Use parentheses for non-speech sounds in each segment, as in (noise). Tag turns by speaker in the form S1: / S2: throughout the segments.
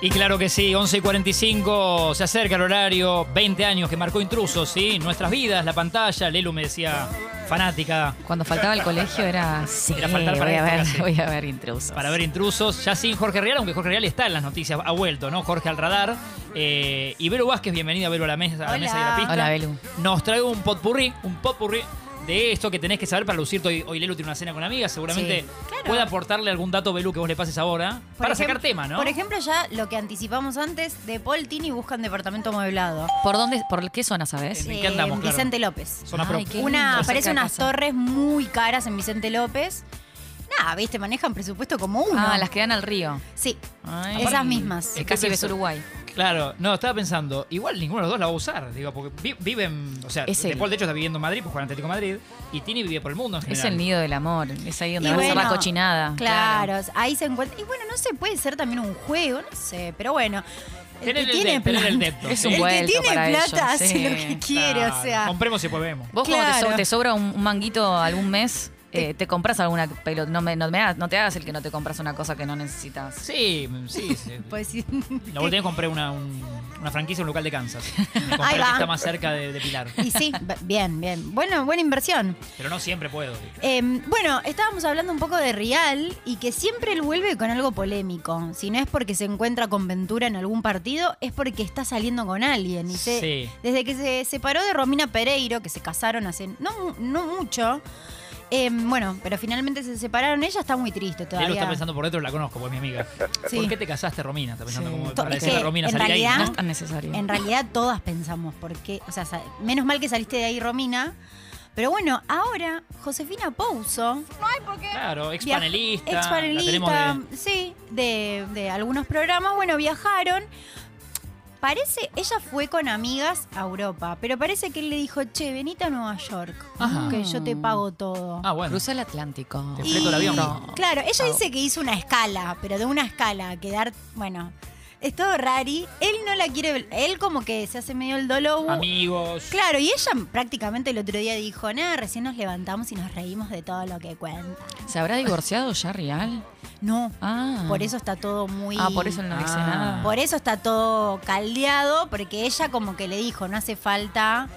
S1: Y claro que sí, 11 y 45, se acerca el horario, 20 años que marcó intrusos, ¿sí? Nuestras vidas, la pantalla, Lelu me decía, fanática,
S2: Cuando faltaba el colegio era. Sí,
S1: Era faltar para
S2: voy, a
S1: esta
S2: ver,
S1: clase.
S2: voy a ver intrusos.
S1: para ver intrusos, ya sin Jorge Real, aunque Jorge Real está en las noticias, ha vuelto, ¿no? Jorge al radar. Eh, y Vero Vázquez, bienvenida Vero a la mesa, a la
S3: Hola.
S1: mesa y a la pista.
S2: Hola, Belu.
S1: Nos trae un potpurrí, un potpurrí de esto que tenés que saber para lucirte hoy. Hoy Lelu tiene una cena con amigas, seguramente
S2: Sí.
S3: Claro.
S1: puede aportarle algún dato, Belu, que vos le pases ahora,
S3: Por
S1: para
S3: ejem-
S1: sacar tema, ¿no?
S3: Por ejemplo, ya lo que anticipamos antes, de Paul Tini buscan departamento amueblado.
S2: ¿Por dónde? ¿Por qué zona, sabes?
S1: Sí. ¿En qué andamos, claro?
S3: Vicente López.
S1: Zona
S2: Ay,
S1: pro.
S2: qué
S3: Una,
S2: lindo,
S3: aparece
S2: cerca de
S3: unas
S2: casa.
S3: torres muy caras en Vicente López. Nada, viste, manejan presupuesto como uno.
S2: Ah, las que dan al río.
S3: Sí,
S2: Ay.
S3: esas mismas.
S2: Que casi ves Uruguay.
S1: Claro, no, estaba pensando, igual ninguno de los dos la va a usar, digo, porque vi- viven, o sea,
S2: Es
S1: De
S2: él.
S1: Paul de hecho está viviendo en Madrid, pues juega en Atlético de Madrid, y Tini vivía por el mundo en general.
S2: Es el nido del amor. Es ahí donde
S3: Y
S2: vas a hacer la
S3: bueno,
S2: cochinada.
S3: Claro, ahí se encuentra. Y bueno, no sé, puede ser también un juego, no sé, pero bueno. El
S1: Tener
S3: que
S1: el
S3: tiene
S1: dep- tener
S3: plata,
S1: el depto,
S2: Es
S1: sí.
S2: un
S3: el que
S2: vuelto
S3: tiene
S2: para
S3: plata
S2: ellos,
S3: hace
S2: sí.
S3: lo que quiere,
S1: Claro,
S3: o sea.
S1: Compremos y después vemos.
S2: Vos cuando te, so-
S3: Claro.
S2: te sobra un, un manguito algún mes, eh, te compras alguna pelota. No, me- no, me hagas- no te hagas el que no te compras una cosa que no necesitas.
S1: Sí, sí,
S3: (laughs)
S1: sí.
S3: Pues sí.
S1: La última vez compré una, un- una franquicia en un local de
S3: (laughs)
S1: Kansas. Me compré
S3: Ahí
S1: el
S3: va.
S1: que está más cerca de, de Pilar.
S3: Y sí, b- bien, bien. Bueno, buena inversión.
S1: Pero no siempre puedo.
S3: Eh, bueno, estábamos hablando un poco de Rial y que siempre él vuelve con algo polémico. Si no es porque se encuentra con Ventura en algún partido, es porque está saliendo con alguien. Y se-
S1: Sí.
S3: Desde que se separó de Romina Pereiro, que se casaron hace no, mu- no mucho. eh, bueno, pero finalmente se separaron. Ella está muy triste
S1: Él lo
S3: todavía.
S1: está pensando por dentro, la conozco, pues mi amiga.
S3: Sí.
S1: ¿Por qué te casaste, Romina? Está pensando
S2: Sí.
S1: como para
S3: Es
S1: decirle a
S3: que,
S1: Romina
S3: en
S1: salir ahí.
S3: realidad,
S1: ¿no?
S2: No es tan necesario.
S3: En realidad todas pensamos, porque, o sea, sa- menos mal que saliste de ahí, Romina. Pero bueno, ahora Josefina Pouso,
S1: Claro, ex
S3: Via-
S1: panelista.
S3: ex panelista,
S1: La tenemos de-
S3: sí, de, de algunos programas. Bueno, viajaron. Parece, ella fue con amigas a Europa, pero parece que él le dijo, che, venite a Nueva York,
S1: Ajá.
S3: que yo te pago todo.
S1: Ah, bueno.
S2: Cruza el Atlántico.
S1: Te fleto el avión.
S2: No.
S3: Claro, ella
S2: Ah.
S3: dice que hizo una escala, pero de una escala, a quedar, bueno, es todo rari. Él no la quiere, él como que se hace medio el dolobu.
S1: Amigos.
S3: Claro, y ella prácticamente el otro día dijo, nada, recién nos levantamos y nos reímos de todo lo que cuenta.
S2: ¿Se habrá divorciado ya Real?
S3: No,
S2: Ah.
S3: por eso está todo muy...
S2: Ah, por eso él no dice
S1: Ah.
S2: nada.
S3: Por eso está todo caldeado, porque ella como que le dijo, no hace falta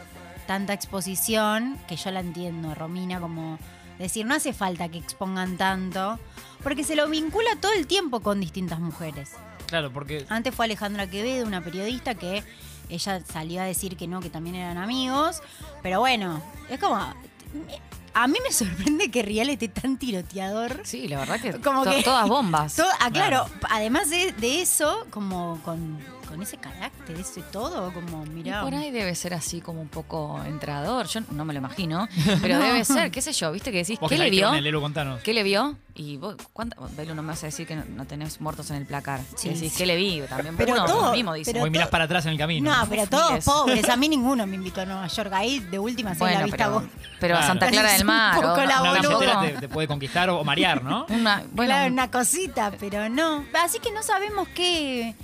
S3: tanta exposición, que yo la entiendo, Romina, como decir, no hace falta que expongan tanto, porque se lo vincula todo el tiempo con distintas mujeres.
S1: Claro, porque
S3: Antes fue Alejandra Quevedo, una periodista que ella salió a decir que no, que también eran amigos, pero bueno, es como... A mí me sorprende que Rial esté tan tiroteador.
S2: Sí, la verdad que,
S3: Como
S2: to-
S3: que-
S2: todas bombas.
S3: Todo- ah, claro, además de, de eso, como con, con ese carácter, ese todo, como
S2: Y
S3: mirá.
S2: por ahí debe ser así como un poco entrador. Yo no me
S1: (laughs)
S2: lo imagino, pero debe ser, qué sé yo, ¿viste que decís?
S1: vos
S2: ¿Qué
S1: que
S2: le
S1: leíste
S2: vio?
S1: con el Lelo Contanos.
S2: ¿Qué le vio? Y vos, ¿cuánta? Belu, no me vas a decir que no, no tenés muertos en el placar.
S3: Sí,
S2: Sí, decís,
S3: sí.
S2: ¿qué le vi? También,
S3: Pero
S2: uno
S3: todo,
S2: mismo dice.
S3: pero
S1: Hoy mirás
S3: todo-
S1: para atrás en el camino.
S3: No,
S1: ¿no?
S3: pero todos
S2: Miles.
S3: pobres. A mí ninguno me invitó a Nueva York. Ahí de última se la
S2: bueno,
S3: vista
S2: pero,
S3: vos.
S2: pero a
S1: Claro.
S2: Santa Clara
S3: Tenés
S2: del
S3: un
S2: Mar.
S3: poco
S2: o-
S3: la
S1: Una
S3: Ah, boludo.
S1: billetera te, te puede conquistar o, o marear, ¿no?
S3: (laughs)
S2: Una- bueno,
S3: claro, una cosita, pero no. Así que no sabemos qué,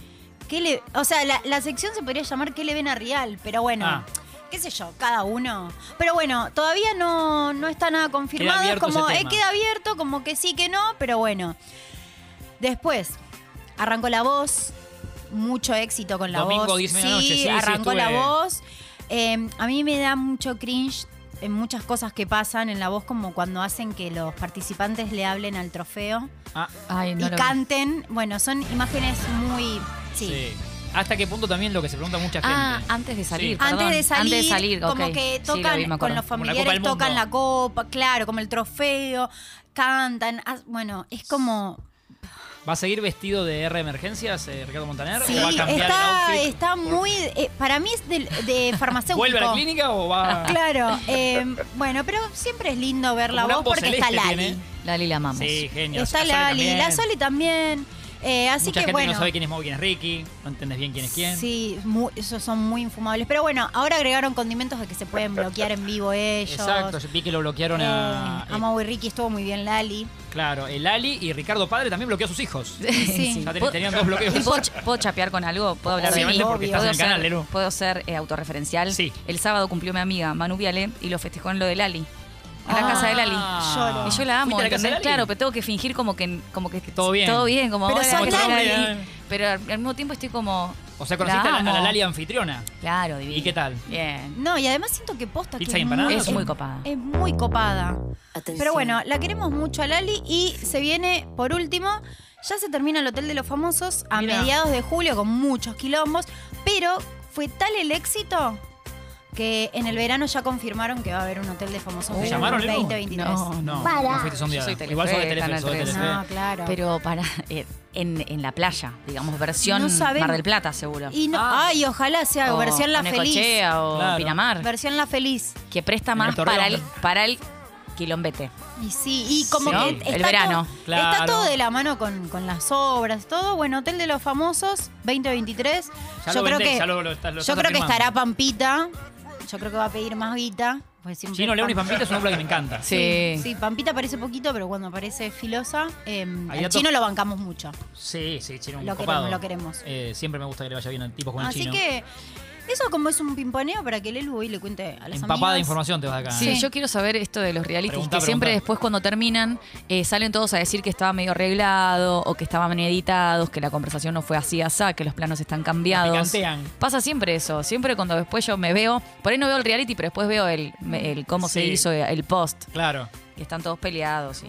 S3: qué le. O sea, la, la sección se podría llamar ¿Qué le ven a Rial? Pero bueno.
S1: Ah.
S3: Qué sé yo, cada uno. Pero bueno, todavía no, no está nada confirmado.
S1: Queda
S3: es
S1: abierto
S3: como,
S1: ese
S3: eh,
S1: tema.
S3: queda abierto, como que sí, que no, pero bueno. Después, arrancó la voz. Mucho éxito con la
S1: Domingo,
S3: voz.
S1: 10 de
S3: sí,
S1: la noche, sí, sí,
S3: arrancó
S1: estuve-
S3: la voz. Eh, a mí me da mucho cringe en muchas cosas que pasan en la voz, como cuando hacen que los participantes le hablen al trofeo
S1: Ah,
S2: ay, no
S3: y
S2: lo-
S3: canten. Bueno, son imágenes muy. Sí.
S1: sí. ¿Hasta qué punto también lo que se pregunta mucha gente.
S2: Ah, antes de salir.
S1: Sí.
S2: perdón.
S3: Antes de salir,
S2: Antes de salir,
S3: como
S2: ok.
S3: que
S2: Sí, lo
S3: tocan
S2: vi, me
S3: con
S2: acuerdo.
S3: los
S1: Como la Copa
S3: familiares,
S1: del Mundo.
S3: tocan la copa, claro, como el trofeo, cantan. ah, Bueno, es como.
S1: ¿Va a seguir vestido de R emergencias, eh, Ricardo Montaner?
S3: Sí,
S1: ¿O va a cambiar
S3: está,
S1: el outfit?
S3: está muy. eh, para mí es de,
S1: (laughs)
S3: de farmacéutico.
S1: ¿Vuelve a la clínica o va...?
S3: Claro, eh, bueno, pero siempre es lindo ver la
S1: Como un
S3: voz
S1: Rambo
S3: porque está
S1: celeste
S3: Lali.
S1: tiene.
S2: Lali la amamos. (laughs)
S1: Sí, genio.
S3: Está
S1: Sole
S3: Lali,
S1: también.
S3: la Sole también. Eh, así
S1: Mucha
S3: que
S1: gente
S3: bueno.
S1: no sabe quién es Moe, quién es Ricky. No entendés bien quién es quién.
S3: Sí, mu- esos son muy infumables. Pero bueno, ahora agregaron condimentos de que se pueden bloquear en vivo ellos.
S1: Exacto, yo vi que lo bloquearon
S3: Eh,
S1: a... eh,
S3: a Mau y Ricky estuvo muy bien Lali.
S1: Claro, el Ali y Ricardo Padre también bloqueó a sus hijos.
S3: Sí.
S1: Ya ten-
S2: ¿Puedo-
S1: tenían dos bloqueos.
S2: ¿Y ¿Puedo, ch- puedo chapear con algo? ¿Puedo hablar de mí?
S1: Obviamente, porque estás
S2: ¿Puedo
S1: en el canal,
S2: ser-
S1: Lelu.
S2: ¿Puedo ser eh, autorreferencial?
S1: Sí.
S2: El sábado cumplió mi amiga Manu Viale y lo festejó en lo de Lali. a la
S3: Ah.
S2: casa de Lali.
S3: Lloro.
S2: Y yo la amo,
S1: ¿Fuiste a la casa de
S2: ¿entendés?
S1: Lali?
S2: Claro, pero tengo que fingir como que, como que
S1: todo bien.
S2: Todo bien, como
S3: Pero
S2: hola,
S3: sos
S2: ¿qué tal,
S3: Lali.
S2: Lali? Pero al al mismo tiempo estoy como.
S1: O sea, conociste a la, a la
S2: amo.
S1: Lali anfitriona.
S2: Claro, divino.
S1: ¿Y qué tal? Ah,
S2: Bien.
S3: No, y además siento que posta que
S1: Pizza y empanadas.
S2: Es muy copada.
S3: Es muy copada. Pero bueno, la queremos mucho a Lali y se viene, por último, ya se termina el Hotel de los Famosos a
S1: Mirá.
S3: mediados de julio con muchos quilombos, pero fue tal el éxito que en el verano ya confirmaron que va a haber un Hotel de Famosos
S1: ¿Te
S3: verano
S1: Oh. llamaron, Lelu?
S3: 2023.
S2: No,
S1: No,
S4: Para.
S1: no fuiste sondeada.
S2: Yo soy
S1: Igual sos de
S2: Telefe,
S1: Telefe, sos de
S2: Canal
S1: Telefe.
S3: No, claro.
S2: Pero para. eh, en, en la playa, digamos, versión
S3: No sabemos.
S2: Mar del Plata, seguro.
S3: y no,
S1: Ah.
S3: ay, ojalá sea
S2: O
S3: versión La Feliz.
S2: Necochea o
S1: Claro.
S2: Pinamar.
S3: Versión La Feliz.
S2: que presta
S1: En
S2: más
S1: Puerto
S2: para el,
S1: Redondo.
S2: para el quilombete.
S3: Y sí, y como
S1: Sí.
S3: que
S1: El
S3: está
S2: verano.
S3: todo-
S1: Claro.
S3: Está todo de la mano con, con las obras, todo. Bueno, Hotel de los Famosos 2023.
S1: Ya
S3: yo
S1: lo
S3: creo
S1: vendés,
S3: que
S1: ya lo- lo estás- lo
S3: yo
S1: estás
S3: creo que
S1: afirmando.
S3: estará Pampita. Yo creo que va a pedir más guita. pues siempre
S1: Gino León y
S3: Pam-
S1: Pampita es una obra que me encanta.
S2: Sí.
S3: Sí, Pampita aparece poquito, pero cuando aparece filosa, eh,
S1: Hay
S3: al
S1: datos-
S3: chino lo bancamos mucho.
S1: Sí, sí, Chino, un
S3: Lo queremos,
S1: copado.
S3: lo queremos.
S1: Eh, siempre me gusta que le vaya bien al tipo con el
S3: Así
S1: chino.
S3: que eso como es un pimponeo para que Lelu hoy le cuente a las
S1: Empapada de
S3: amigas.
S1: información te vas de acá.
S2: Sí,
S1: ¿eh?
S3: Sí.
S2: yo quiero saber esto de los realities,
S1: Preguntá,
S2: que siempre
S1: preguntá.
S2: después cuando terminan eh, salen todos a decir que estaba medio arreglado o que estaban editados, que la conversación no fue así asá, que los planos están
S1: La
S2: cambiados.
S1: picantean.
S2: Pasa siempre eso, siempre cuando después yo me veo, por ahí no veo el reality, pero después veo el, me- el cómo se
S1: Sí.
S2: hizo el post,
S1: Claro,
S2: que están todos peleados y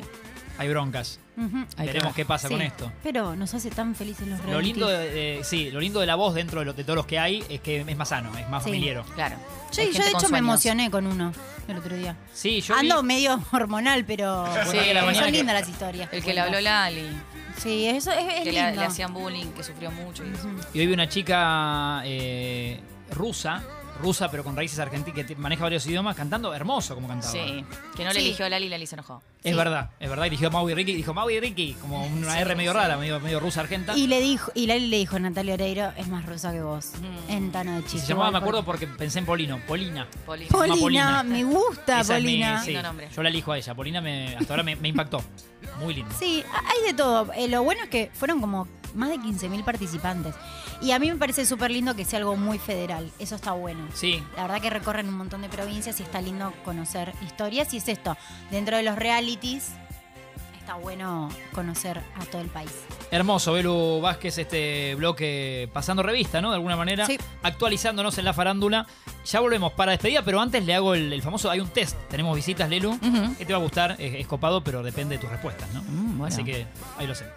S1: hay broncas.
S3: Ujú.
S2: Hay que
S1: Veremos
S2: ver.
S1: qué pasa con
S3: Sí,
S1: esto.
S3: Pero nos hace tan felices los
S1: Lo lindo,
S3: realities.
S1: de, de- sí, lo lindo de la voz dentro de, lo- de todos los que hay es que es más sano, es más
S3: Sí.
S1: familiero.
S2: claro.
S3: Yo,
S2: hay
S3: yo
S2: gente
S3: de
S2: con
S3: hecho me
S2: sueños.
S3: emocioné con uno el otro día.
S1: Sí, yo vi-
S3: Ando Ah, medio (laughs) hormonal, pero
S1: Sí, la mañana
S3: son
S1: que-
S3: lindas las historias.
S2: El que le habló Lali,
S3: Sí, eso es, es
S2: que le,
S3: lindo. Mm.
S2: le hacían bullying, que sufrió mucho y eso.
S1: Y hoy vi una chica eh, rusa, rusa pero con raíces argentinas, que te- maneja varios idiomas, cantando hermoso como cantaba.
S2: Sí, que no le
S3: Sí.
S2: eligió a Lali, Lali se enojó.
S1: Es verdad, es verdad. Y Dirigió a Maui Ricky, dijo Maui Ricky, como una R medio rara, medio, medio rusa argenta.
S3: Y le dijo, y Lali le dijo, Natalia Oreiro es más rusa que vos.
S2: Mm.
S3: En tono de
S1: Y
S3: chiste.
S1: se llamaba, me
S3: igual,
S1: acuerdo, porque pensé en Polino, Polina.
S2: Polina.
S1: se llama
S3: Polina,
S1: Polina.
S3: me gusta
S1: Esa es mi-
S3: Polina.
S1: sí,
S2: Lindo nombre.
S1: yo la elijo a ella. Polina me, hasta ahora me, me impactó. Muy lindo.
S3: Sí, a- hay de todo. Eh, lo bueno es que fueron como más de 15.000 participantes. Y a mí me parece súper lindo que sea algo muy federal. Eso está bueno.
S1: Sí,
S3: La verdad que recorren un montón de provincias y está lindo conocer historias. Y es esto, dentro de los realities está bueno conocer a todo el país.
S1: hermoso, Belu Vázquez, este bloque pasando revista, ¿no? De alguna manera,
S3: Sí.
S1: actualizándonos en la farándula. Ya volvemos para despedida, pero antes le hago el, el famoso, hay un test. Tenemos visitas, Lelu. Este
S2: Ujú.
S1: Que te va a gustar, es, es copado, pero depende de tus respuestas, ¿no?
S2: Mm, Mm. bueno.
S1: Así que ahí lo sé.